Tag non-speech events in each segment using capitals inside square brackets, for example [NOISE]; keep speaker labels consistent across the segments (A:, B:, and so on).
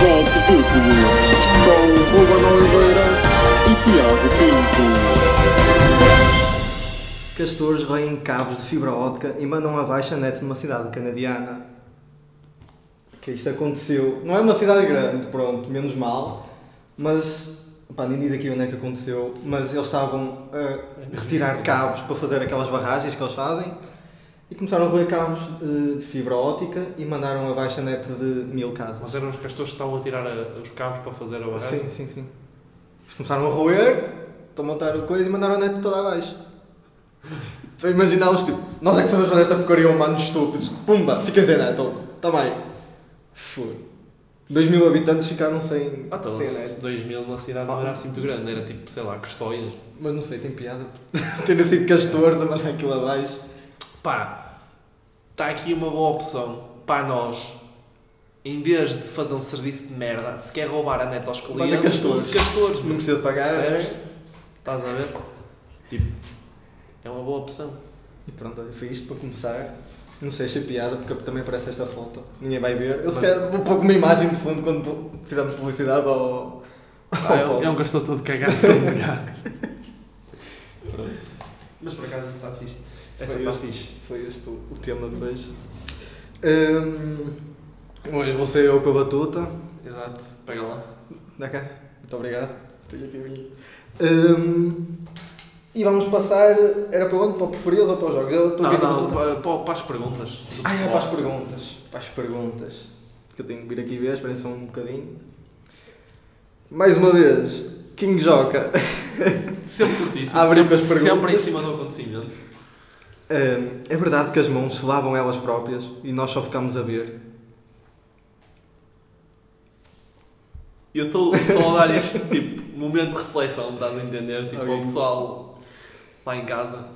A: Golpe Duplo com Ruben Oliveira e Tiago Pinto.
B: Castores roem cabos de fibra óptica e mandam abaixo a net numa cidade canadiana. Que isto aconteceu. Não é uma cidade grande, pronto, menos mal. Mas, pá, nem diz aqui onde é que aconteceu. Mas eles estavam a retirar cabos para fazer aquelas barragens que eles fazem. E começaram a roer cabos eh, de fibra óptica e mandaram abaixo a net de mil casas.
C: Mas eram os castores que estavam a tirar a- os cabos para fazer a barragem?
B: Sim, sim, sim. Eles começaram a roer, para montar a coisa e mandaram a net toda abaixo. Foi imaginá-los tipo, nós é que sabemos fazer esta porcaria humanos estúpidos. Pumba, fiquem sem net, toma, toma aí. Foi. 2 mil habitantes ficaram sem,
C: Ah, então,
B: sem net.
C: 2000 na cidade não era assim muito grande, era tipo, sei lá, Custóias.
B: Mas não sei, tem [LAUGHS] piada. Ter sido castor de mandar aquilo abaixo.
C: Pá, está aqui uma boa opção para nós. Em vez de fazer um serviço de merda, se quer roubar a net aos
B: Manda
C: clientes,
B: castores.
C: use castores,
B: Não
C: meu.
B: precisa de pagar,
C: Percebes?
B: né?
C: Estás a ver? Tipo, é uma boa opção.
B: E pronto, olha, foi isto para começar. Não sei, achei piada porque também aparece esta foto. Ninguém vai ver. Eu se
C: Mas-
B: calhar vou pôr uma imagem de fundo quando fizermos publicidade ao.
C: Ah,
B: ao
C: é, um- é
B: Paulo.
C: um castor
B: [LAUGHS]
C: todo cagado, todo molhado. Pronto. Mas por acaso está fixe. Essa
B: Foi
C: está
B: este.
C: fixe.
B: Foi este o, o tema de hoje. Hum, hoje vou ser eu com a batuta.
C: Exato, pega lá.
B: Dá cá. Muito obrigado. Tenho aqui a minha. Hum, e vamos passar. Era para onde? Para o preferido ou para os jogos? Eu estou
C: Não,
B: aqui com a
C: não,
B: batuta.
C: pa- pa- para as perguntas. do
B: Ah, é
C: pessoal.
B: para as perguntas. Para as perguntas. Que eu tenho que vir aqui ver, esperem só um bocadinho. Mais uma vez, King Joca.
C: Sempre fortíssimo.
B: Abre
C: sempre,
B: com as perguntas.
C: sempre em cima do acontecimento.
B: Hum, é verdade que as mãos se lavam elas próprias e nós só ficamos a ver.
C: Eu estou só a dar este tipo momento de reflexão, estás a entender? Tipo,
B: Alguém-
C: ao pessoal lá em casa,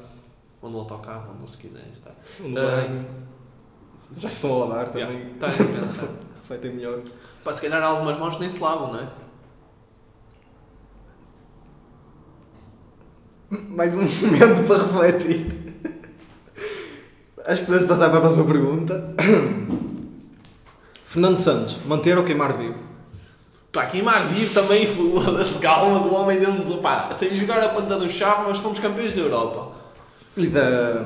C: ou no autocarro, onde eles quiserem estar.
B: Um
C: Ah.
B: banho. Ah, Já que estão a lavar também.
C: Yeah, tá está a pensar.
B: Vai ter melhor.
C: Pá, se calhar algumas mãos nem se lavam, não é?
B: Mais um [LAUGHS] momento para refletir. Acho que podemos passar para a próxima
C: [COUGHS]
B: pergunta. Fernando Santos, manter ou queimar vivo?
C: Pá, queimar vivo também, [LAUGHS] foda-se, calma, que o homem deu-nos. Pá, sem jogar a ponta do charro, nós fomos campeões da Europa.
B: E da.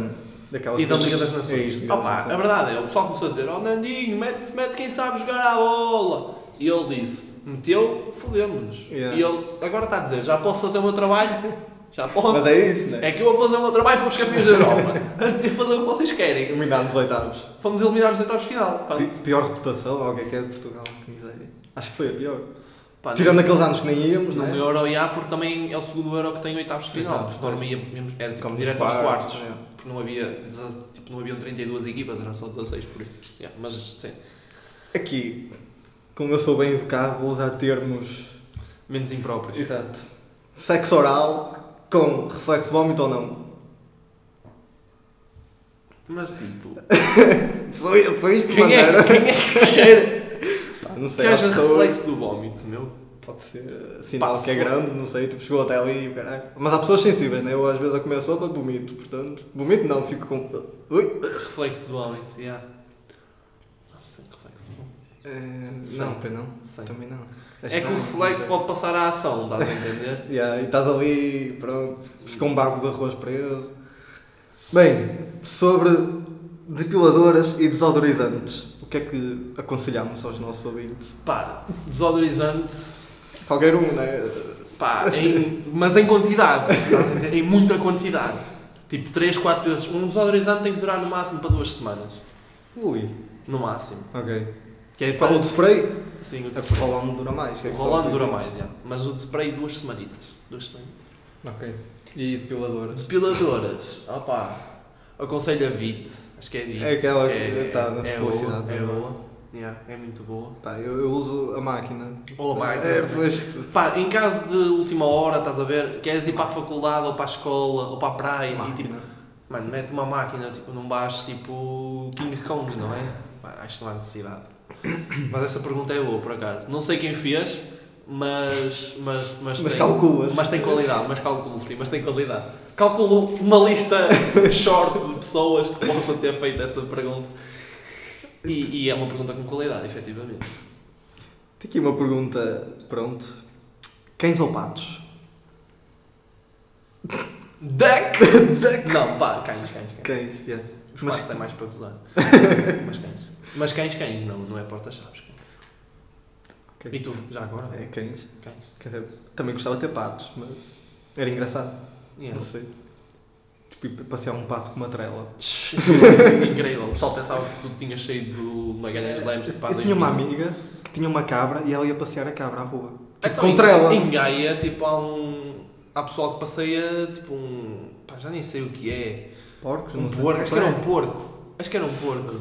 B: daquela
C: E da Então, Liga das Nações.
B: É isso, Liga
C: Ah pá,
B: das Nações.
C: a verdade é, o pessoal começou a dizer, oh Nandinho, mete-se, mete quem sabe jogar à bola. E ele disse, meteu, fodemos-nos.
B: Yeah.
C: E ele agora está a dizer, já posso fazer o meu trabalho? Já posso.
B: Mas é isso, né?
C: É que eu vou fazer o meu trabalho, fomos campeões da Europa. [LAUGHS] Antes de fazer o que vocês querem.
B: Eliminado nos oitavos.
C: Fomos eliminar os oitavos de final.
B: Pi- Pior reputação, ou o que é que é de Portugal? Que miséria. Acho que foi a pior.
C: Pá,
B: Tirando aqueles anos que nem íamos,
C: no
B: não é?
C: Euro ia, porque também é o segundo Euro que tem oitavos de final.
B: Oitavos,
C: Porque normalmente ia, íamos- era tipo,
B: Como
C: direto
B: nos
C: aos
B: quartos,
C: quartos.
B: é.
C: Porque não havia, dezas- tipo, não haviam 32 equipas, eram só 16 por isso. Yeah, mas sim,
B: é? Aqui, como eu sou bem educado, vou usar termos.
C: menos impróprios.
B: Exato. Sexo oral com reflexo de vómito ou não?
C: Mas
B: [LAUGHS]
C: tipo,
B: Foi, foi isto que
C: quem é,
B: mandaram?
C: quem é que quer
B: Pá, [LAUGHS] não
C: que
B: sei, há
C: haja
B: pessoas.
C: reflexo do vómito, meu?
B: Pode ser eh, sinal
C: Pá,
B: que é
C: se-
B: grande, não sei, tipo, chegou até ali e o caralho. Mas há pessoas sensíveis, né? Eu às vezes a comer sopa vomito, portanto. Vomito não, fico com. Ui!
C: Reflexo do vómito, yeah. Não Ah, sei, reflexo do vómito.
B: Eh,
C: Sei.
B: não, pá, não.
C: Sei.
B: Também não.
C: É que o
B: estranho, não
C: reflexo
B: sei.
C: pode passar à ação, estás a [LAUGHS] entender?
B: Yeah, e estás ali, pronto, ficou um barco de arroz preso. Bem, sobre depiladoras e desodorizantes, o que é que aconselhamos aos nossos ouvintes?
C: Pá, desodorizante,
B: Qualquer um, né? [LAUGHS]
C: pá, em- mas em quantidade, estás a entender? em muita quantidade. Tipo, 3, 4 vezes. Um desodorizante tem que durar no máximo para duas semanas.
B: Ui.
C: No máximo.
B: Ok.
C: Que é para
B: Qual o de spray?
C: Sim, o de
B: É porque o
C: spray.
B: rolão dura mais. que é
C: O
B: que
C: rolando
B: só
C: dura
B: depois
C: mais, yeah. mas o de spray duas semanitas. Duas semanitas.
B: disso. Ok. E depiladoras?
C: Depiladoras. Opa. Aconselho a VIT. Acho que é VIT.
B: É aquela
C: que
B: que tá na
C: é
B: publicidade
C: boa, É
B: agora.
C: boa. Yeah, é muito boa.
B: Pá, eu, eu uso a máquina.
C: Ou a máquina
B: É,
C: também.
B: pois.
C: Pá, em caso de última hora, estás a ver, queres ir para a faculdade ou para a escola ou para a praia e tipo, Mano, mete uma máquina tipo, num baixo tipo King Kong, não é? Pá, Acho que não há necessidade. Mas essa pergunta é boa, por acaso. Não sei quem fez, mas. Mas, mas,
B: Mas calculas.
C: Mas tem qualidade, mas calculo sim, mas tem qualidade. Calculo uma lista [LAUGHS] short de pessoas que possam ter feito essa pergunta. E, e é uma pergunta com qualidade, efetivamente.
B: Tenho aqui uma pergunta, pronto. Cães ou patos?
C: [LAUGHS] Duck! Não, pá, cães, cães, cães.
B: Cães, yeah.
C: Os
B: Mas-
C: patos é mais
B: [LAUGHS]
C: para gozar. Mas cães. Mas cães, cães, não, não é porta-chaves. cães.
B: Ok.
C: E tu, já agora?
B: É cães.
C: Cães.
B: Quer dizer, também gostava de ter patos, mas era engraçado.
C: Yeah. [LAUGHS]
B: Não sei. Tipo, ir passear um pato com uma trela.
C: Incrível, o pessoal pensava que tu tinhas saído do Magalhães Lemos tipo há
B: Eu
C: dois
B: tinha uma
C: mil.
B: amiga que tinha uma cabra e ela ia passear a cabra à rua. Tipo,
C: Então,
B: com
C: em-
B: trela.
C: Em Gaia, tipo, há um. Há pessoal que passeia, tipo, um. Pá, já nem sei o que é.
B: Porcos,
C: Um
B: Tipo, não sei. é.
C: porco. Acho que era um porco. Acho que era um porco.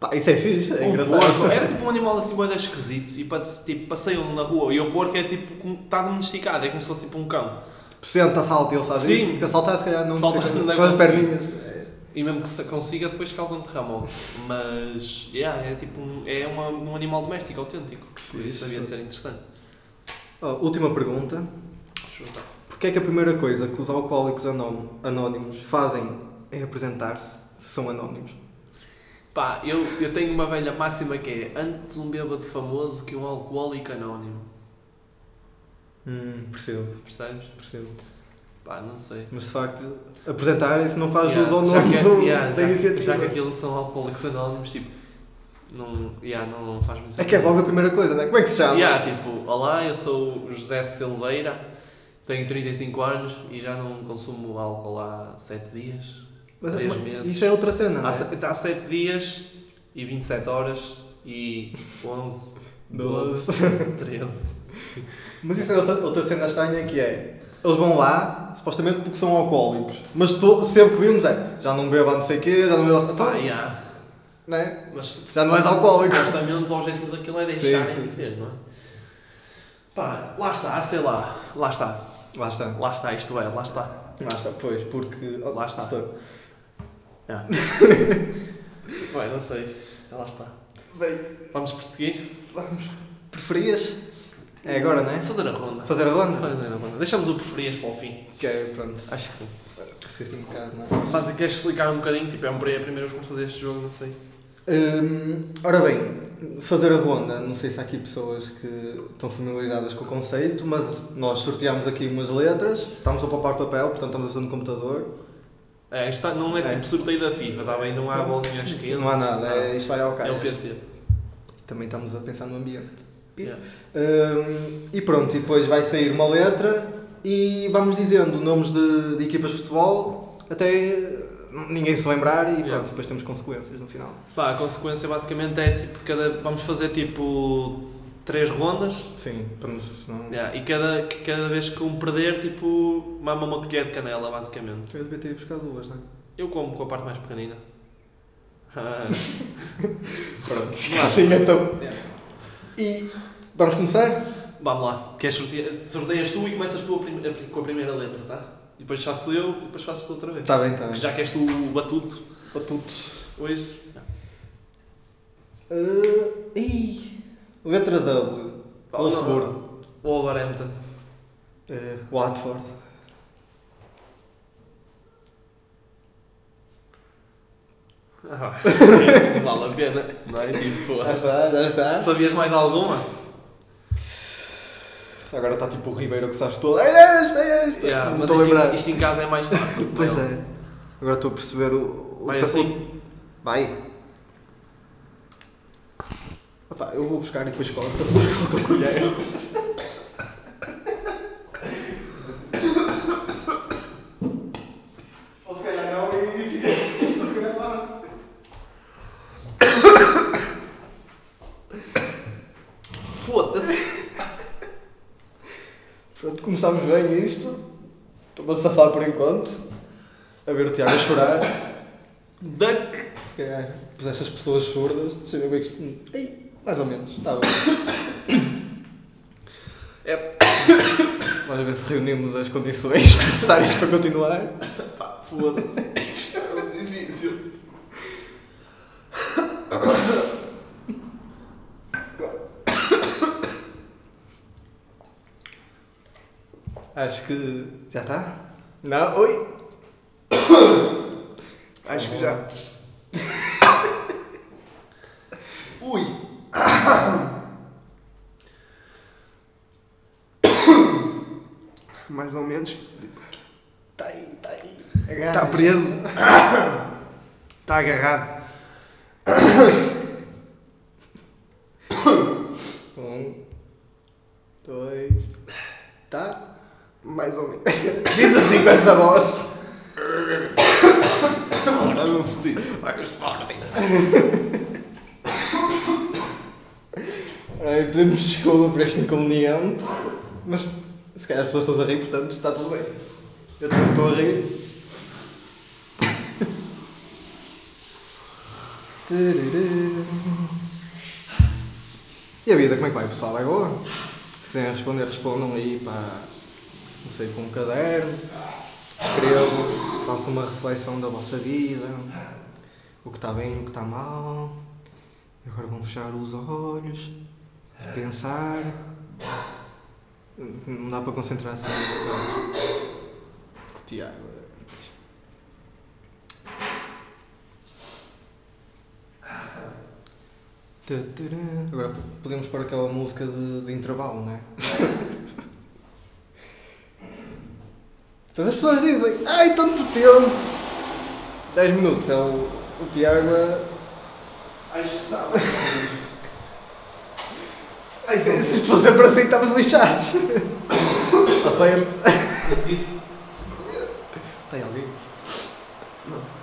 B: Pá, isso é fixe, é
C: um
B: engraçado.
C: porco. Era tipo um animal assim, boeda esquisito. E passe- tipo, passeiam na rua. E o porco é tipo. com- Está domesticado. É como se fosse tipo um cão.
B: Sente assalto, ele faz
C: Sim. um
B: isso. Te assaltar, se calhar, não
C: Assalta-
B: sei,
C: não deve
B: com as
C: conseguir.
B: perninhas.
C: E mesmo que se consiga, depois causam terremoto. Mas, yeah, é tipo um, é uma- um animal doméstico autêntico. Por isso havia de ser interessante.
B: Ó, última pergunta.
C: Chuta.
B: Porquê é que a primeira coisa que os alcoólicos anónimo- anónimos fazem é apresentar-se se são anónimos?
C: Pá, eu, eu tenho uma velha máxima que é antes um bêbado famoso que um alcoólico anónimo.
B: Hum, percebo,
C: Percebes?
B: percebo.
C: Pá, não sei.
B: Mas de facto, apresentar isso não faz
C: Yeah,
B: jus ao
C: já
B: nome
C: que- é-
B: do-
C: yeah,
B: da
C: já-
B: iniciativa.
C: Já que é- aquilo são alcoólicos anónimos, tipo, não, yeah, não, não faz muito
B: É que é logo a primeira coisa, né? Como é que se chama?
C: Yeah, tipo, olá, eu sou o José Silveira, tenho 35 anos e já não consumo álcool há 7 dias.
B: Mas,
C: Três
B: mas
C: meses.
B: Isso é outra cena, não
C: Há,
B: é?
C: se- há 7 dias e 27 horas e 11, 12, 13.
B: Mas isso é outra- outra cena estranha que é. Eles vão lá, supostamente porque são alcoólicos. Mas to- sempre que vimos é, já não bebo há não sei o quê, já não bebo há então,
C: Pá, é- yeah.
B: né?
C: Mas
B: Já não és alcoólico.
C: supostamente o objetivo daquilo é deixarem
B: Sim, sim.
C: de ser, não é? Pá, lá está, sei lá, lá está,
B: Lá está.
C: lá está, isto é, lá está.
B: Lá está, pois, porque. oh,
C: Lá está.
B: Estou. [LAUGHS]
C: Yeah. Ué, É. não sei, é lá está.
B: Bem,
C: Vamos prosseguir?
B: vamos. Preferias? É agora, não é?
C: Fazer a ronda.
B: Fazer a ronda?
C: Fazer a ronda. Deixamos o preferias para o fim.
B: Que é, pronto.
C: Acho que sim.
B: Sei sim, um bocado, não é?
C: Basicamente, queres explicar um bocadinho? Tipo, é um- é a primeira vez que vamos fazer este jogo, não sei.
B: Hum, ora bem, fazer a ronda, não sei se há aqui pessoas que estão familiarizadas com o conceito, mas nós sorteámos aqui umas letras, estamos a poupar papel, portanto estamos a fazer no computador,
C: É, isto tá- não é,
B: É.
C: tipo sorteio da FIFA, está bem? Não há bolinhas que
B: não há nada, é, isto vai ao
C: É
B: calhas.
C: o PC.
B: Também estamos a pensar no ambiente.
C: Yeah.
B: Hum, e pronto, e depois vai sair uma letra e vamos dizendo nomes de, de equipas de futebol até hum, ninguém se lembrar e pronto,
C: Yeah.
B: depois temos consequências no final.
C: Pá, a consequência basicamente é tipo, cada, vamos fazer tipo três rondas
B: Sim, para nos. Senão...
C: yeah, e cada, que- cada vez que um perder, tipo, mama uma colher de canela, basicamente.
B: Eu devia ter ido buscar duas, não é?
C: Eu como com a parte mais
B: [LAUGHS]
C: pequenina. Ah,
B: [LAUGHS] Pronto, fica assim então. E vamos começar?
C: vamos lá, Queres sortear, sorteias tu e começas tu a prim- a pri- com a primeira letra, tá? E depois faço eu e depois faço tu outra vez.
B: Está Tá bem, está
C: Porque
B: bem.
C: já que és tu o batuto
B: Patutos.
C: hoje.
B: Uh, ih, letra W. Ou seguro.
C: Ou Wolverhampton.
B: Uh, Watford.
C: Ah, [LAUGHS] isso não vale a pena, não é? Tipo,
B: Já está, já está.
C: Sabias mais alguma?
B: Agora está tipo o Ribeiro que sabes todo. É este, é este.
C: Yeah,
B: não
C: mas
B: estou a
C: isto,
B: lembrar.
C: isto em casa é mais fácil.
B: Pois
C: não
B: é. Agora estou a perceber o. o
C: Vai
B: o-
C: assim?
B: Vai. Opa, eu vou buscar e depois corto. Com a colher. Ou se calhar não e fica isso gravado.
C: Foda-se.
B: Pronto, começámos bem isto. Estou-me a safar por enquanto. A ver o Tiago a chorar.
C: Duck.
B: Se calhar puseste as pessoas surdas. Deixa eu ver como é que isto. Ei, mais ou menos, está bem.
C: É.
B: [LAUGHS] Vamos ver se reunimos as condições necessárias para continuar. Pá,
C: [LAUGHS]
D: Foda-se. Isto é muito difícil.
B: Acho que. Já está? Não? Oi!
C: Acho que já. [COUGHS] Ui! [COUGHS] Mais ou menos.
B: Está aí, está aí.
C: Está preso. [COUGHS] Está agarrado.
B: Um. Dois. Tá?
C: Mais ou menos.
B: Diz assim com essa voz.
C: Está mesmo fodido.
D: Vai o Sporting.
B: Ai, pedimos desculpa por este inconveniente. Mas se calhar as pessoas estão a rir, portanto está tudo bem. Eu também estou a rir. Tarará. E a vida, como é que vai, pessoal? Vai boa? Se quiserem responder, respondam aí para. não sei, para um caderno. Escrevam, façam uma reflexão da vossa vida. O que está bem, o que está mal. E Agora vão fechar os olhos. Pensar. N- Não dá assim, para concentrar-se. Com o Tiago. Tatará. Agora p- podemos pôr aquela música de, de intervalo, não é? Mas as pessoas dizem, ai, tanto tempo! 10 minutos, é o, o Tiago a-
C: Acho que está.
B: Ai, se se isto fosse para assim, estávamos lixados. Está só aí. Está aí alguém? Está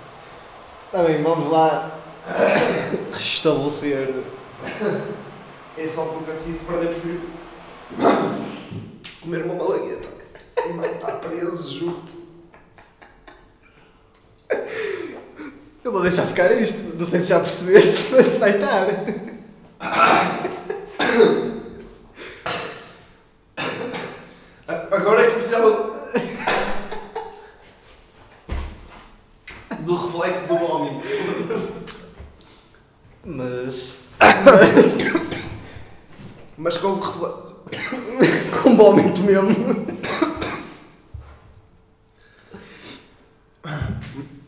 B: Tá bem, vamos lá restabelecer.
C: É só porque assim se perdemos mesmo. Comer uma tá? É malagueta. E vai estar preso junto.
B: Eu vou deixar ficar isto, não sei se já percebeste, [LAUGHS] mas vai estar.
C: A- Agora é que precisava.
D: Do reflexo do homem.
B: Mas.
C: Mas com que refle-
B: com bom momento mesmo.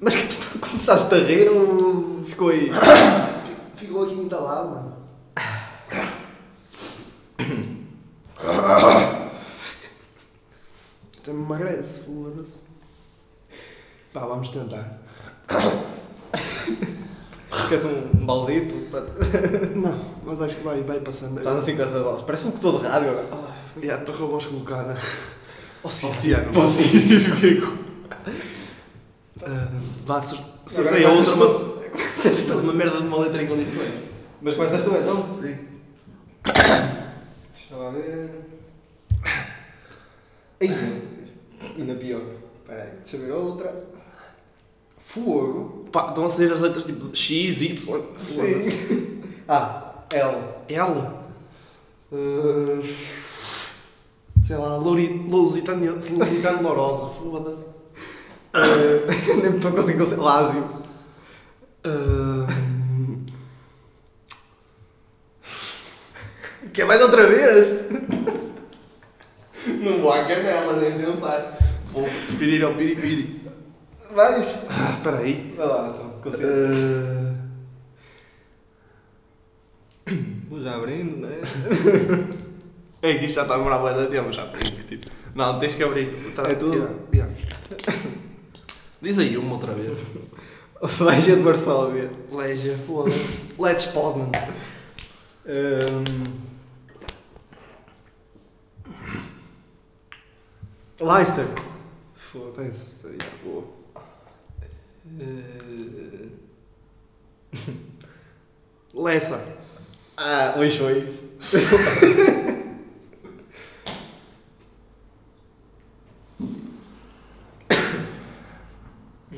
B: Mas que- começaste a rir ou ficou aí?
C: Ficou aqui entalado, mano. [COUGHS] Também me emagrece, foda-se. Pá, vamos tentar. [LAUGHS]
B: Ficas um baldito. pá.
C: Não, mas acho que vai, vai passando. Ah,
B: Estás assim com essa voz. Parece um locutor de rádio agora.
C: Já, estou com a voz colocada.
B: Oceano.
A: é
C: Pacífico. Ah, Vá, sur- sorteia
B: Agora
C: outra, mas...
B: começas
D: Estás uma merda de uma letra em condições.
B: Mas começaste tu então?
D: Sim.
B: Deixa lá ver. Ai, ainda pior. Espera aí, deixa eu ver outra. Fogo.
C: Pá, estão a sair as letras tipo de X, Y, foda-se.
B: Sim. Ah, L.
C: L. Ah, sei lá, Louri- Lusitano, Lusitano Louroso, foda-se.
B: Ah, Nem estou conseguindo conseguir. Lásio. Eh,
C: Ah,
B: Quer é mais outra vez?
C: não vou à canela, nem pensar. Vou preferir ao piripiri.
B: Vais.
C: Ah, peraí.
B: Vai lá então, consigo.
C: Ah,
B: Vou já abrindo, né? [LAUGHS]
C: é que isto já está a demorar bué de tempo, já tenho que tipo... Não, tens que abrir, tipo, tá,
B: É tudo?
C: tirar. Yeah. [LAUGHS]
D: Diz aí uma outra vez.
B: Legia de Varsóvia.
C: Leja, foda-se. Let's Poznan.
B: Ahm. Leicester.
C: Foda-se, seria boa.
B: Eh,
C: Lessa.
B: Ah, oi, oi.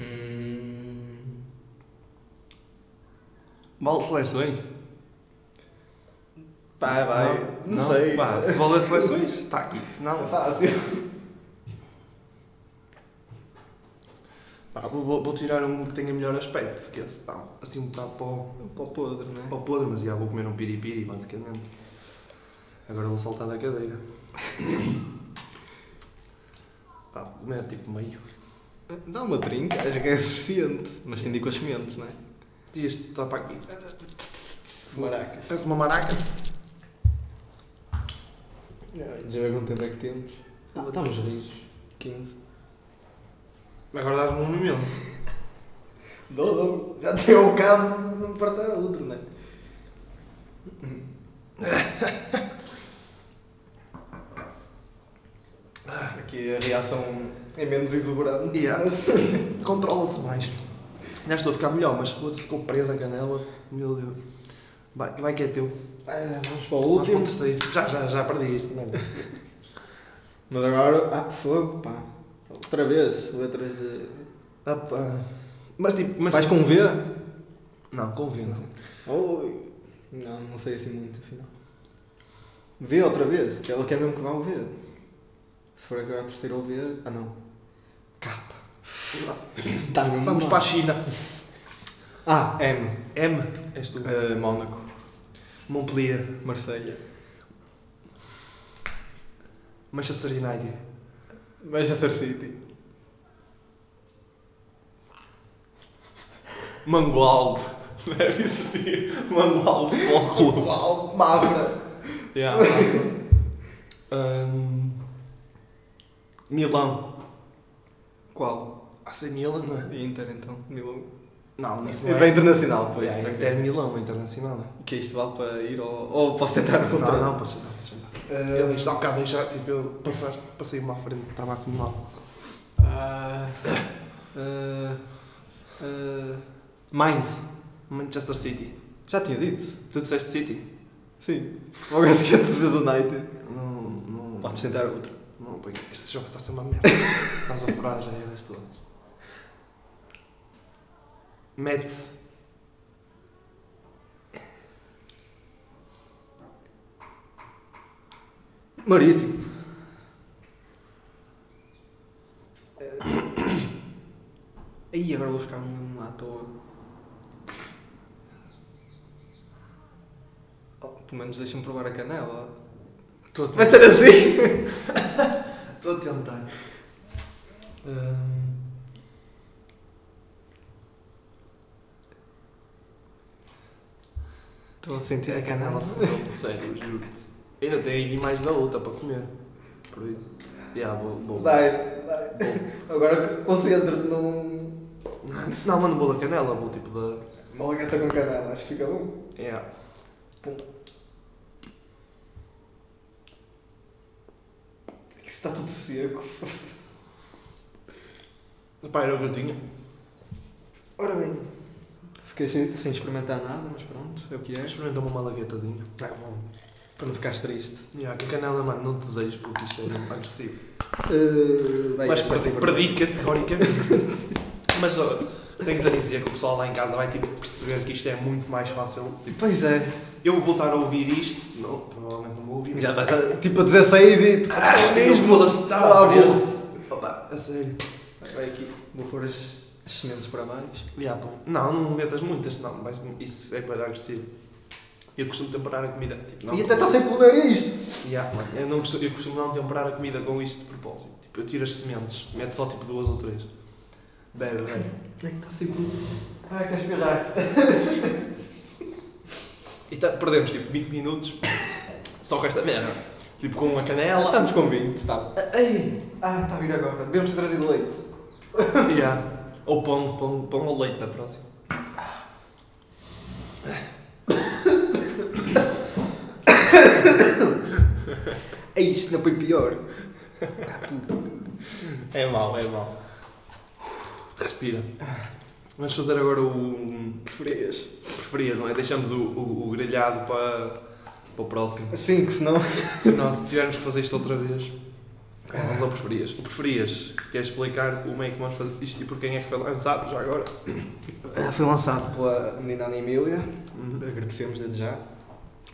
B: Hum,
C: Mal seleções?
B: Pá, vai. Não, sei.
C: Pá, se valer seleções, está aqui. Se não,
B: É fácil.
C: pá, vou, vou tirar um que tenha melhor aspecto, que é esse tal. Assim um bocado para o,
B: Um pó podre, não é?
C: para o podre, mas já vou comer um piripiri, basicamente. Agora vou saltar da cadeira. [COUGHS] Pá, mete tipo meio.
B: Dá uma trinca, acho que é suficiente. Mas tem de ir com as sementes, não é?
C: E este está para aqui.
B: Maracas.
C: Parece uma maraca.
B: Já vê quanto tempo é que temos. Ah, estamos ricos. 15. É
C: Agora dás-me um momento.
B: Dou, dou. Já tem um bocado de não partar a outro, não é? Ah, Aqui a reação é menos exuberante. [LAUGHS]
C: Yeah.
B: mas-
C: Controla-se mais. Já estou a ficar melhor, mas foda-se, ficou presa a canela. Meu Deus. Vai, vai que é teu.
B: Ah, Vamos para o
C: Vamos para
B: último.
C: o terceiro. Já, já, já perdi isto. merda.
B: Mas agora, ah, fogo, pá. Outra vez, letras de.
C: Ah, pá. Mas tipo, mas.
B: Vais com V?
C: Não, com V não.
B: Oi. Não, não sei assim muito, afinal. V outra vez? Ela quer mesmo que vá ao V. Se for agora a terceira ou V. Ah, não. Capa. Tá,
C: Vamos para a China.
B: Ah, M.
C: M. És tu.
B: Eh, Mónaco.
C: Montpellier.
B: Marselha.
C: Manchester United.
B: Manchester City.
D: Mangualde. Deve existir. Mangualde Futebol Clube.
C: Uau, Mafra.
D: Yeah.
C: [LAUGHS] Ahm, Milão.
B: Qual?
C: AC Milan, não é?
B: Inter, então. Milão.
C: Não, não
B: Isso é internacional, pois.
C: É,
B: ok.
C: Inter Milão, internacional. não é?
B: Que isto vale para ir ou, ou posso tentar
C: Não,
B: contar?
C: não, pode ser, não, pode ser. não.
B: Eh,
C: Ele está um bocado aí já, tipo, eu passaste, passei-me à frente, estava assim mal.
B: Ah, ah, ah, Mainz.
C: Manchester City.
B: Já tinha dito?
C: Tu disseste City?
B: Sim. Logo a seguir dizes United.
C: Não, não.
B: Podes tentar outra.
C: Não, bem, este jogo está a ser uma merda. [LAUGHS] Estamos a furar as regras todas. Mets.
B: Marítimo. [COUGHS] Aí agora vou buscar um à toa. Oh, pelo menos deixa-me provar a canela.
C: Estou a
B: Vai ser assim?
C: Estou a tentar. Ahm.
B: Estou a sentir
C: É a canela fudeu-me, sério, juro-te. Ainda tem aqui mais da outra para comer. Por isso. Yeah, vou, vou.
B: Vai, vai. Agora concentra-te num.
C: Não, mas não vou da canela, vou tipo da.
B: Uma legata com canela, acho que fica bom.
C: Yeah.
B: É que isso está tudo seco.
D: Pá, era o que eu tinha.
B: Ora bem. Fiquei sem, sem experimentar nada, mas pronto, é o que é.
C: Experimenta uma malaguetazinha.
B: Tá bom. Para não ficares triste.
C: Yeah, que a canela, mano, não desejo porque isto é mesmo agressivo.
B: Uh,
C: Mas perdi, perdi categoricamente. [LAUGHS] Mas ó, tenho que te dizer que o pessoal lá em casa vai ter que perceber que isto é muito mais fácil. Tipo,
B: Pois é.
C: eu vou voltar a ouvir isto. Não, provavelmente não vou ouvir.
B: Já estás a- tipo a 16 e.
C: Ah, mesmo! Foda-se, estava
B: Ah,
C: preso. Opa, a sério.
B: Vai aqui. Vou pôr as, as sementes para baixo.
C: Yeah, pô. Não, não metas muitas, não. Mas isso é para dar agressivo. Eu costumo temperar a comida. Tipo, não,
B: tá sempre o nariz.
C: Yeah, mano, eu, não costumo, eu costumo não temperar a comida com isto de propósito. Tipo, eu tiro as sementes, meto só tipo duas ou três. Bebe, bebe.
B: É que está sempre. Ah, queres espirrar?
C: E tá- perdemos tipo 20 minutos só com esta merda. Tipo, com a canela.
B: Ah, Estamos com tá. 20, está. Ai! Ah, está a vir agora. Devemos ter trazido leite.
C: yeah. Ou pão, pão, pão ao leite da próxima.
B: Ei, isto não foi pior.
C: É mau, é mau. Respira. Vamos fazer agora o.
B: Preferias?
C: Preferias, não é? Deixamos o, o, o grelhado para, para o próximo.
B: Sim, que senão.
C: Se não, se tivermos que fazer isto outra vez, vamos ao Ah, preferias. O preferias, queres explicar como é que vamos fazer isto e por quem é que foi lançado já agora?
B: Ah, Foi lançado pela menina Ana Emília. Agradecemos desde já.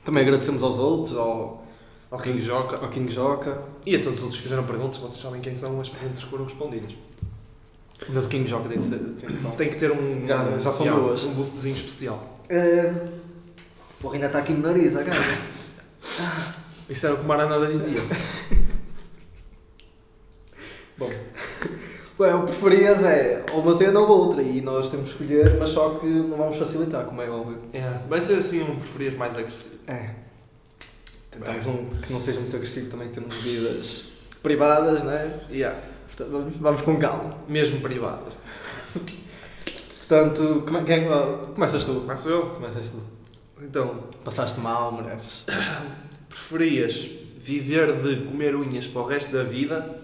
B: Também agradecemos aos outros, ao,
C: Ao King Joca.
B: ao King Joca.
C: E a todos os outros que fizeram perguntas, vocês sabem quem são, as perguntas foram respondidas.
B: Ainda o King joga dentro de
C: Tem que ter um,
B: Já- já são duas.
C: um boostzinho especial.
B: Porra, ainda está aqui no nariz, a gaja.
C: Isto era o que o Maranada dizia. Bom,
B: Ué, o que preferias é ou uma cena ou outra e nós temos que escolher, mas só que não vamos facilitar, como é óbvio.
C: é, vai ser assim um preferias mais agressivo.
B: É. Tentamos não- que não seja muito agressivo também, temos vidas privadas, né?
C: Yeah.
B: Portanto, vamos, vamos com calma.
C: Mesmo privado.
B: Portanto, como é- quem, ah, começas tu.
C: Começo eu?
B: Começas tu.
C: Então,
B: Passaste mal, mereces.
C: preferias viver de comer unhas para o resto da vida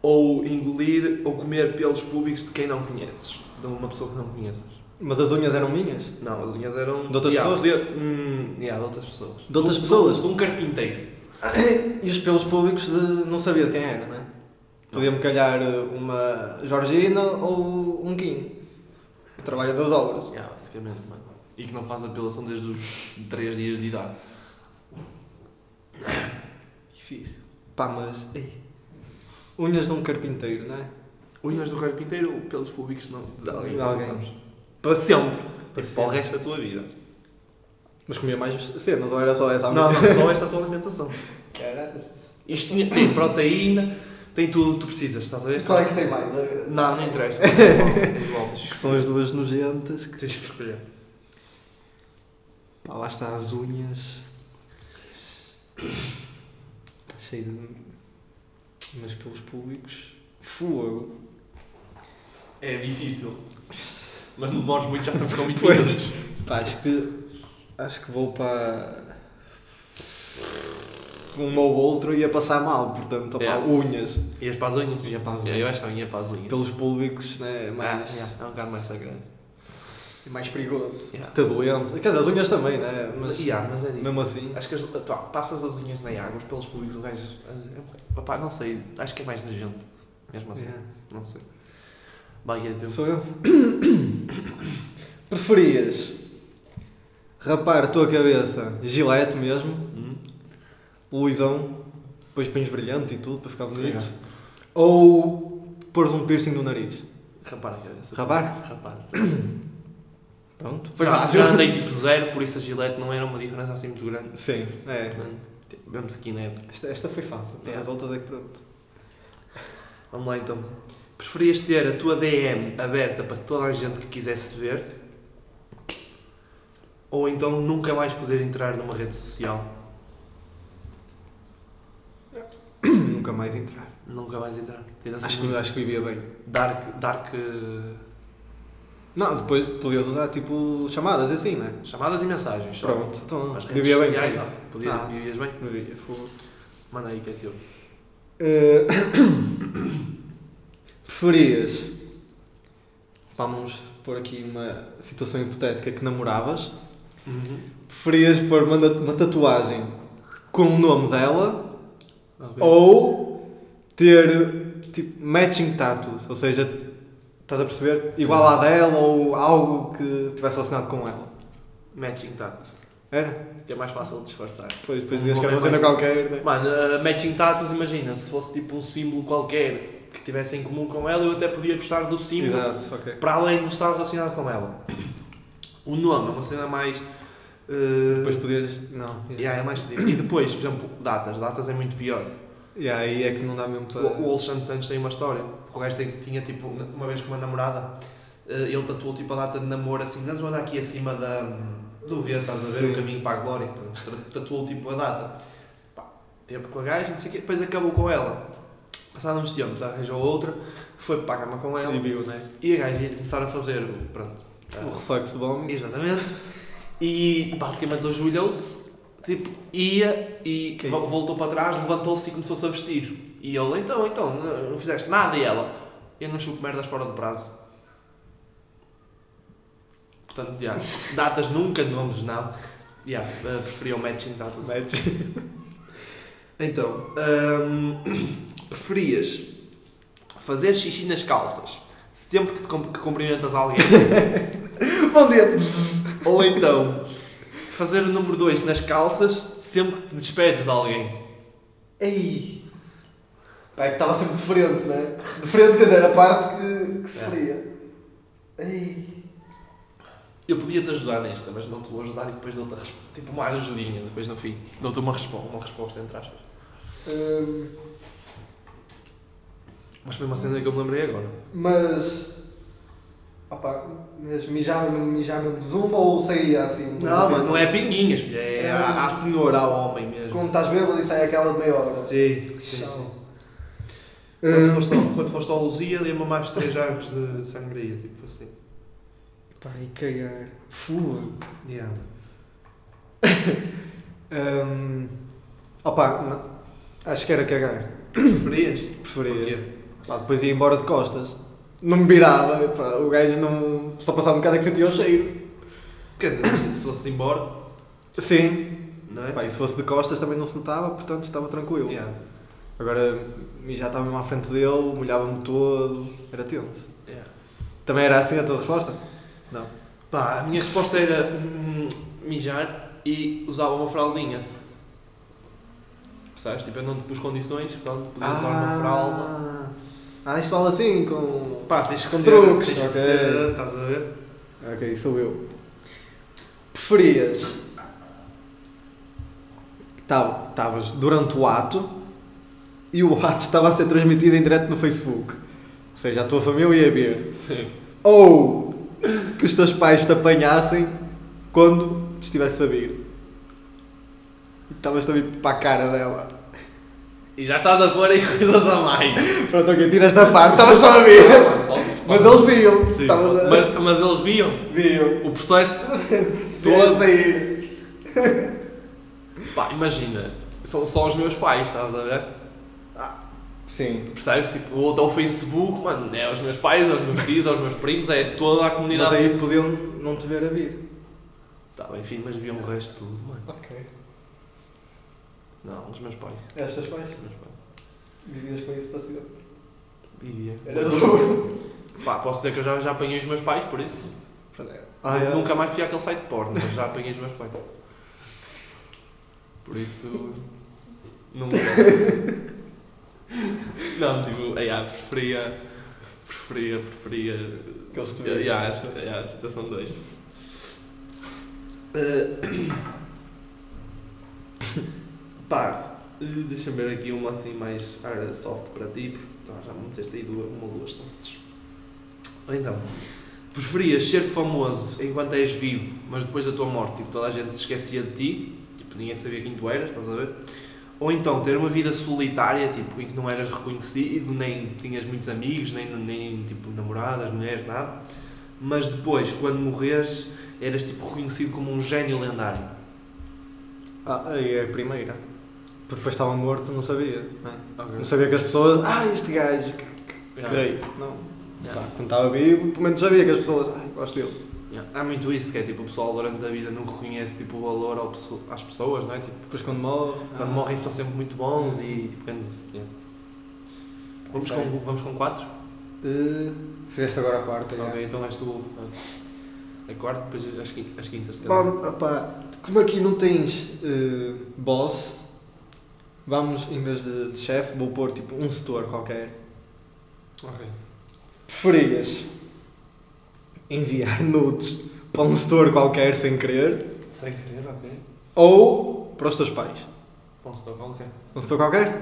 C: ou engolir ou comer pelos públicos de quem não conheces? De uma pessoa que não conheces?
B: Mas as unhas eram minhas?
C: Não, as unhas eram.
B: De outras
C: Yeah,
B: pessoas?
C: De, hum, yeah, de outras pessoas.
B: De outras
C: um-
B: pessoas?
C: De um carpinteiro.
B: [COUGHS] E os pelos públicos de não sabia de quem era, né? Podia-me calhar uma Georgina ou um Kim, que trabalha das obras.
C: Yeah, basicamente, mano.
D: E que não faz apelação desde os 3 dias de idade.
B: Difícil. Pá, mas. ei. Unhas de um carpinteiro, não é?
C: Unhas do carpinteiro ou pelos públicos não, de alguém?
B: De
C: não
B: alguém.
C: sabes? Para sempre. Tipo,
B: Para
C: Para, para o
B: sempre.
C: resto da tua vida.
B: Mas comia mais cenas, ou era só essa a
C: Não, não,
B: minha?
C: só esta tua alimentação.
B: Caralho.
C: Isto tinha-
B: [COUGHS]
C: tem proteína, tem tudo o que tu precisas, estás a ver?
B: E [LAUGHS] qual é que tem mais?
C: Não,
B: [COUGHS]
C: não interessa. É igual, é igual, tens,
B: Que
C: que,
B: são as duas nojentas. Que...
C: tens que escolher.
B: Pá, lá está as unhas. Está cheio de. Mas pelos públicos. Fogo.
D: É difícil. Mas não demores muito, já estamos
B: [LAUGHS]
D: com 20 minutos.
B: Pá, acho que. Acho que vou para. Um ou outro ia passar mal, portanto, opá,
D: Yeah.
B: unhas.
C: Ias para as unhas?
B: Ia para as
D: É,
B: unhas.
D: eu acho que também ia para as unhas.
B: Pelos públicos, né?
C: Ah,
B: Mais,
C: yeah, é um bocado mais sagrado.
B: E mais perigoso.
C: Yeah.
B: Ter doença. Quer dizer, as unhas também, né? Mas
C: Yeah, mas é difícil.
B: mesmo assim.
C: Acho que as, pá, passas as unhas na água, os pelos públicos, o gajo. é um- Opá, não sei, acho que é mais nojento. Mesmo assim,
B: Yeah.
C: não sei. Vai, é teu.
B: Sou eu. [COUGHS] Preferias rapar a tua cabeça gilete mesmo,
C: Hum?
B: luzão, depois pões brilhante e tudo para ficar bonito.
C: Yeah.
B: Ou pôres um piercing no nariz.
C: Rapar a cabeça.
B: Rapar?
C: Rapar, sim.
B: [COUGHS] Pronto. Foi
C: Já,
B: fácil.
C: já andei tipo zero, por isso a Gillette não era uma diferença assim muito grande.
B: Sim, é.
C: Portanto, tipo, Mesmo skin é.
B: Esta, esta foi fácil.
C: Yeah.
B: As outras é que
C: [COUGHS]
B: pronto.
C: Vamos lá então. Preferias ter a tua DM aberta para toda a gente que quisesse ver? Ou então nunca mais poder entrar numa rede social?
B: Nunca mais entrar.
C: Nunca mais entrar. Tens assim
B: Acho que,
C: muito
B: acho que vivia bem.
C: Dark, dark eh,
B: Não, depois podias usar tipo chamadas e assim, né?
C: chamadas e mensagens. só.
B: Pronto, então
C: Mas redes
B: vivia bem para
C: sociais,
B: isso.
C: não. Podia,
B: Ah.
C: Vivias bem?
B: Vivia, fogo.
C: Manda aí que é teu.
B: Eh, [COUGHS] preferias. Vamos pôr aqui uma situação hipotética que namoravas. Uhum. Preferias pôr uma, na- uma tatuagem com o nome dela
C: Ok.
B: ou ter tipo matching tattoos, ou seja, estás a perceber? Igual à dela ou algo que tivesse relacionado com ela.
C: Matching tattoos.
B: Era?
C: Que é mais fácil de disfarçar.
B: Depois, depois
C: Um
B: dizias que era uma
C: homem
B: cena
C: mais-
B: qualquer, né?
C: Mano, uh, matching tattoos, imagina, se fosse tipo um símbolo qualquer que tivesse em comum com ela, eu até podia gostar do símbolo
B: Exato, ok.
C: para além de estar relacionado com ela. O nome é uma cena mais. uh,
B: Depois podias. Não.
C: yeah, é mais fodido. E depois, por exemplo, datas. Datas é muito pior.
B: E aí é que não dá mesmo para.
C: Tipo, O, o Alexandre Santos tem uma história. Porque o gajo tem- tinha tipo, uma vez com uma namorada, eh, ele tatuou tipo a data de namoro assim, na zona aqui acima da, do V, estás a ver?
B: Sim.
C: O caminho para a glória. pronto, tra- Tatuou tipo a data. Pá, teve com a gaja, não sei o quê, depois acabou com ela. Passaram uns tempos, arranjou outra, foi para a cama com ela
B: E viu, né?
C: e a gaja ia começar a fazer, o- pronto.
B: O
C: ah,
B: reflexo do homem.
C: Exatamente. E basicamente ajoelhou-se, tipo, ia e
B: Que é
C: vo-
B: isso?
C: voltou para trás, levantou-se e começou-se a vestir. E ele, então, então, não não fizeste nada. E ela, eu não chupo merdas fora do prazo.
B: [LAUGHS]
C: Portanto, já, datas nunca, nomes não. Já, eh, preferia o matching datas.
B: Match.
C: Então, hum, [CLEARS THROAT] preferias fazer xixi nas calças sempre que, te cum- que cumprimentas alguém?
B: [LAUGHS] Bom dia!
C: [LAUGHS] Ou então, fazer o número 2 nas calças sempre que te despedes de alguém.
B: Ei! Pá, é que estava sempre de frente, né? De frente, quer dizer, a parte que, que se
C: É.
B: fria. Ei.
C: Eu podia te ajudar nesta, mas não te vou ajudar e depois dou-te a resp- tipo uma ajudinha, depois no fim. Dou-te uma, respo uma resposta, entre aspas.
B: hum,
C: Mas foi uma cena que eu me lembrei agora.
B: mas. Opá, mas mijava mesmo, mijava mesmo de zumba ou saía assim?
E: Não,
B: mas
E: mas não é pinguinhas, filho, é,
B: É.
E: a, a senhora, ao homem mesmo.
B: Quando estás bêbado e sai aquela de meia hora.
E: Sim, sim, sim.
B: Chão.
E: Quando
B: Hum,
E: foste, ao, quando foste ao Luzia, dei-me mais três jarros de sangria, tipo assim.
B: Pá, e cagar. Fogo.
E: Yeah.
B: Hum, opá, não- acho que era cagar.
E: Preferias?
B: Preferia.
E: Porquê?
B: Pá, depois ia embora de costas. Não me virava, pá, o gajo não. Só passava um bocado é que sentia o cheiro.
E: Quer dizer, se- se fosse embora,
B: Sim.
E: não é?
B: Pá, e se fosse de costas também não se notava, portanto estava tranquilo.
E: Yeah.
B: Agora, e já estava mesmo à frente dele, molhava-me todo, era tenso.
E: Yeah.
B: Também era assim a tua resposta?
E: Pá,
C: A minha resposta era hum, mijar e usava uma fraldinha. Percebes? Tipo, eu não te pus condições, portanto, podias usar uma fralda.
B: Ah, isto fala assim, com.
E: Pá, tens que
B: Com
E: ser,
B: truques,
E: tens que
B: ok.
E: ser, estás a ver?
B: Ok, sou eu. Preferias. Estavas durante o ato e o ato estava a ser transmitido em direto no Facebook. Ou seja, a tua família ia ver.
C: Sim.
B: Ou que os teus pais te apanhassem quando te estivesse a vir. E Estavas também para a cara dela.
C: E já estás a pôr
E: [LAUGHS]
C: aí coisas a mais.
B: Pronto, ok, tira esta parte. Estavas só a ver. Mas eles viam.
C: Sim,
B: Estavas a...
C: mas, mas eles viam
B: Viam.
C: o processo.
B: Estou a sair.
C: Pá, imagina, são só os meus pais, estás a ver?
B: Sim.
C: Percebes? Tipo, ou até o Facebook, mano, é aos meus pais, aos meus filhos, aos meus primos, é toda a
B: Mas
C: comunidade.
B: aí podiam não te ver a vir.
C: Tá bem, enfim, mas viam o resto de tudo, mano.
B: Ok.
C: Não, os meus pais.
B: Estas pais
C: Os meus pais.
B: vivias com isso para sempre.
C: Vivia.
B: Era duro.
C: Pá, posso dizer que eu já, já apanhei os meus pais, por isso.
B: Ah, é.
C: Nunca mais fui àquele site de porno, mas já apanhei os meus pais. Por isso. Não Não,
E: tipo,
C: digo,
E: eh,
C: é, yeah, preferia. Preferia, preferia.
B: Que eles
E: eh,
B: te
C: é,
B: vejam.
C: yeah, essa- yeah, a situação 2.
E: Eh, [COUGHS] Pá, eh, deixa-me ver aqui uma assim mais ar- soft para ti, porque tá, já me meteste aí duas, uma ou duas softs. Ou Então, preferias ser famoso enquanto és vivo, mas depois da tua morte tipo, toda a gente se esquecia de ti, tipo, ninguém sabia quem tu eras, estás a ver? Ou então ter uma vida solitária, tipo, em que não eras reconhecido, nem tinhas muitos amigos, nem, nem tipo, namoradas, mulheres, nada, mas depois, quando morreres, eras tipo reconhecido como um gênio lendário.
B: Ah, aí é a primeira. Porque depois estava morto, não sabia. Não, é? Não
C: Ok.
B: sabia que as pessoas. Ah, este gajo, que
C: Yeah.
B: rei. Não.
C: Yeah.
B: Pá, quando estava vivo, pelo menos sabia que as pessoas. Ai, gosto dele.
C: Yeah. Há muito isso, que é tipo, o pessoal durante a vida não reconhece tipo, o valor ao pesso- às pessoas, não é? Tipo,
B: Depois quando morre. ah,
C: quando morrem são sempre muito bons e tipo, quando... yeah. Vamos
B: Ok.
C: com, vamos com quatro?
B: Uh, fizeste agora a quarta. já.
C: Ok, então és tu ah, a- a quarta, depois as, quin- as quintas. se calhar.
B: Bom, opá, como aqui não tens eh, boss, vamos, em vez de, de chefe, vou pôr tipo um setor qualquer.
C: Ok.
B: Preferias enviar nudes para um setor qualquer sem querer
C: Sem querer, ok.
B: ou para os teus pais?
C: Bom, se toca, ok.
B: Um setor qualquer?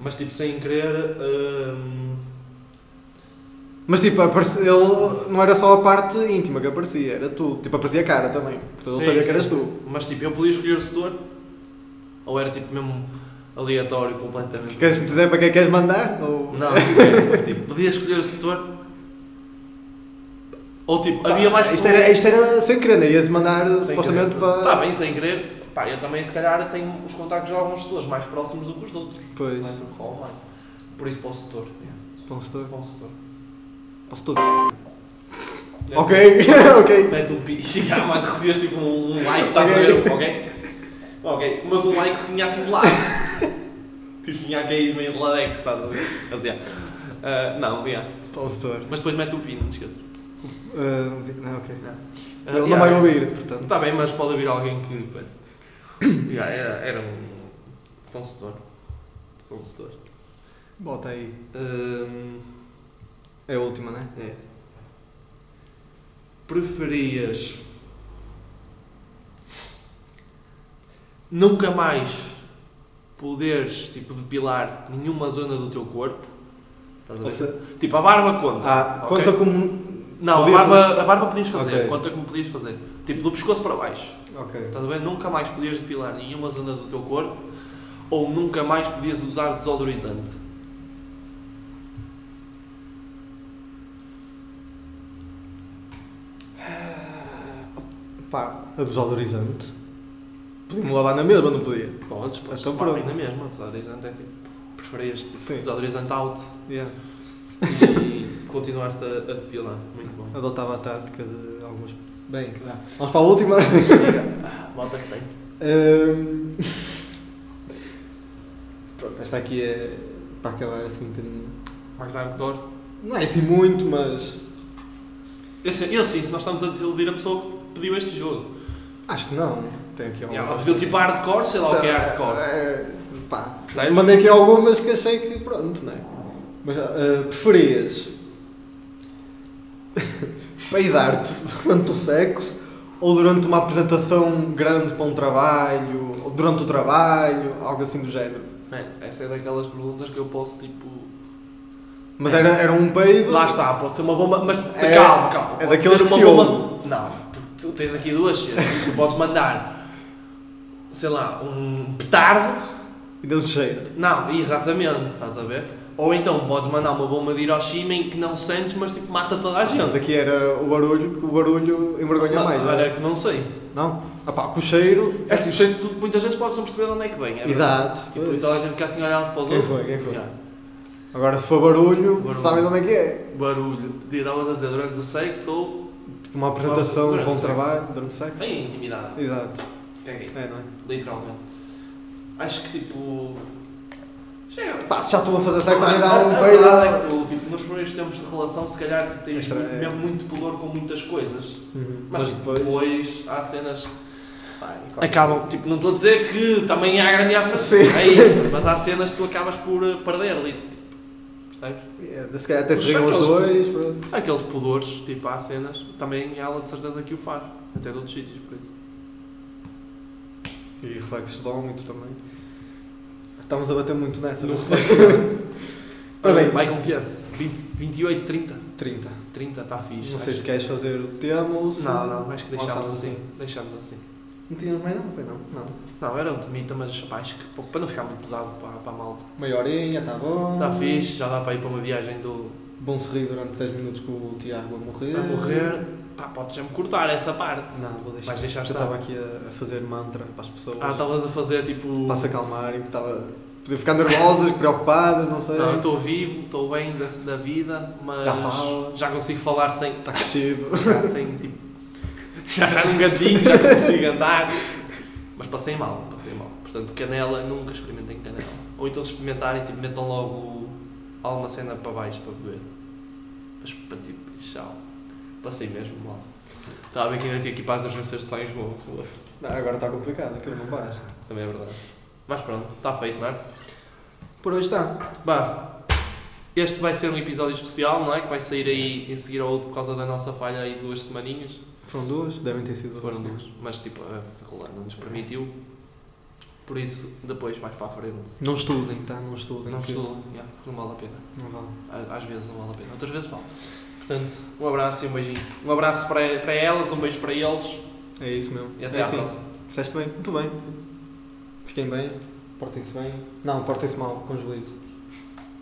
C: Mas tipo, sem querer... hum,
B: Mas tipo, aparece- ele não era só a parte íntima que aparecia, era tudo. Tipo, aparecia a cara também. Portanto, ele
C: Sim,
B: sabia
C: sim.
B: que eras tu.
C: Mas tipo, eu podia escolher o setor? Ou era tipo mesmo aleatório completamente?
B: Queres dizer para quem queres mandar? Ou... [LAUGHS]
C: Não, mas tipo, podia escolher o setor? Ou tipo,
B: Pá,
C: havia mais...
B: isto, era, isto era sem querer, né? Ias mandar
C: Sem
B: supostamente
C: querer.
B: para.
C: Tá bem, sem querer. Pá, eu também se calhar tenho os contactos de alguns setores mais próximos do que os de outros.
B: Pois,
C: Não é por qual, mano. Por isso para o setor.
B: para um setor.
C: É, Para o setor.
B: Para o setor.
C: É.
B: Ok, [LAUGHS] ok.
C: Mete um pi. [LAUGHS] Ah, mano, recebias tipo um, um like, estás a ver? Ok? Ok, mas um like que vinha assim
B: [LAUGHS]
C: de lado. tipo, vinha a cair meio de ladex, estás a ver? Mas, yeah. Ah, não, yeah.
B: Para um setor.
C: Mas depois mete o pi, não te esqueças.
B: Ah, não, ok.
C: Não. Ah,
B: Ele não
C: yeah.
B: vai ouvir, portanto.
C: Está bem, mas pode haver alguém que.
B: [COUGHS]
C: coisa. Yeah, era, era um. Consultor. Consultor.
B: Bota aí.
C: Hum,
B: É a última, né?
C: é. Preferias nunca mais poderes tipo, depilar nenhuma zona do teu corpo? Estás a
B: Ou
C: ver?
B: se-
C: Tipo, a barba conta.
B: Ah,
C: Ok.
B: conta como. um
C: Não, a
B: Podia
C: barba, a barba podias fazer,
B: Ok.
C: conta como podias fazer. Tipo, do pescoço para baixo.
B: Ok.
C: Estás a ver? Nunca mais podias depilar nenhuma zona do teu corpo ou nunca mais podias usar desodorizante.
B: Pá, a desodorizante. Podia-me lavar na mesma, não podia?
C: Podes, podes.
B: Então
C: pá,
B: pronto.
C: Na mesma, desodorizante é tipo. Preferias tipo,
B: Sim.
C: desodorizante out
B: Yeah.
C: e continuaste a, a depilar. Muito bem.
B: Adotava a tática de algumas. Bem,
C: Ah.
B: vamos para a última. [LAUGHS]
C: Bota que tem.
B: Hum. Pronto, esta aqui é para acabar assim um bocadinho.
C: Mais hardcore.
B: Não é assim muito, mas
C: Eu, sei- eu sinto, que nós estamos a desiludir a pessoa que pediu este jogo.
B: acho que é um não. Tem aqui
C: E Ela
B: algumas.
C: pediu tipo hardcore, sei lá o que é hardcore.
B: É, pá,
C: Percebes?
B: mandei aqui algumas que achei que pronto, não é? Mas ah, preferias [LAUGHS] peidar-te durante o sexo ou durante uma apresentação grande para um trabalho, ou durante o trabalho, algo assim do género.
C: Man, essa é daquelas perguntas que eu posso tipo.
B: Mas era, era um peido.
C: É. Lá está, pode ser uma bomba, mas
B: É-
C: calma, calma.
B: é
C: pode
B: daqueles
C: ser
B: que
C: uma
B: se
C: bomba. Não, porque tu tens aqui duas cenas. tu podes mandar, sei lá, um petardo.
B: E deu cheiro.
C: Não, exatamente, estás a ver? Ou então podes mandar uma bomba de Hiroshima em que não sentes, mas tipo mata toda a
B: Mas
C: gente.
B: aqui era o barulho, que o barulho envergonha
C: Não,
B: mais.
C: olha
B: Não? é?
C: que não sei.
B: não? Ah pá, com o cheiro.
C: É assim, o cheiro de tudo, muitas vezes podes não perceber de onde é que vem. É verdade.
B: Exato.
C: Tipo, e toda a gente fica assim a olhar para os
B: Quem
C: outros.
B: foi? Quem foi?
C: Yeah.
B: Agora se for barulho,
C: Barulho.
B: sabem de onde é que é?
C: Barulho. Estavas a dizer durante o sexo ou
B: Tipo uma apresentação, um
C: Durante
B: bom
C: o sexo.
B: trabalho, durante o sexo.
C: em intimidade.
B: Exato.
C: Caguei.
B: É, não é?
C: Literalmente. Acho que tipo. Chega.
B: Pá, se já estou a fazer sexo, também dá
C: A- a-
B: um
C: a verdade é
B: peido.
C: que tu, tipo, nos primeiros tempos de relação, se calhar tipo, tens
B: Extra- é.
C: mesmo muito pudor com muitas coisas.
B: Uhum.
C: Mas, tipo, depois... há cenas que
B: pá, e qual-
C: acabam. Tipo, não estou a dizer que também há grande afronta. É isso. Mas há cenas que tu acabas por eh, perder ali. Tipo, percebes?
B: É, se calhar até
C: Os
B: se ligam os
C: sacos.
B: dois, pronto.
C: Aqueles pudores, tipo, há cenas. Também ela de certeza que o faz. Até de outros sítios, por isso.
B: E reflexos de muito também. Estamos a bater muito nessa.
C: No
B: mas- Ora
C: Ora
B: bem.
C: bem, vai com que é? 20, 28, 30.
B: 30.
C: 30 está tá fixe.
B: Não
C: acho.
B: sei se queres fazer o tema ou se...
C: Não, não, acho que deixámos
B: Lançámos
C: assim. Deixámos assim.
B: Não tínhamos mais não, foi não? Não.
C: Não, era um temita, mas pá, acho que pô, para não ficar muito pesado para, para a malta.
B: Meia horinha, está bom.
C: Está Tá fixe, já dá para ir para uma viagem do.
B: Bom sorrir durante 10 minutos com o Tiago a morrer.
C: a morrer. Pá, podes já me cortar essa parte.
B: Não, vou deixar.
C: Vais deixar
B: Eu
C: estar.
B: estava aqui a a fazer mantra para as pessoas.
C: Ah, estavas a fazer tipo.
B: Para se acalmarem, que estava. Podia ficar [LAUGHS] nervosas, preocupadas, não sei.
C: Não, eu estou vivo, estou bem da, da vida, mas.
B: Já fala.
C: já consigo falar sem.
B: Está Tá crescido.
C: já sem tipo. Já já num gatinho, já consigo andar. Mas passei mal, passei mal. Portanto, canela, nunca experimentem canela. Ou então se experimentarem, tipo, metam logo alguma cena para baixo para beber. Mas para tipo, tchau. Passei mesmo mal. Estava a ver que ainda tinha que ir para as agências de São João, por favor.
B: Não, agora está complicado, aquilo não vais.
C: Também é verdade. Mas pronto, está feito, não é?
B: Por hoje tá. está.
C: Bah, este vai ser um episódio especial, não é? Que vai sair aí em seguir ao outro por causa da nossa falha aí de duas semaninhas.
B: Foram duas, devem ter sido duas.
C: Foram duas, mas tipo, a faculdade não nos permitiu. Por isso, depois, mais para a frente.
B: Não estudem, tá? Não estudem.
C: Não
B: que
C: estudam, yeah, não vale a pena.
B: Não vale.
C: À- Às vezes não vale a pena, outras vezes vale. Portanto, um abraço e um beijinho. Um abraço para, para elas, um beijo para eles
B: É isso mesmo.
C: e até
B: é
C: à
B: assim.
C: próxima.
B: Disseste bem? Muito bem. Fiquem bem, portem-se bem. Não, portem-se mal, com juízo.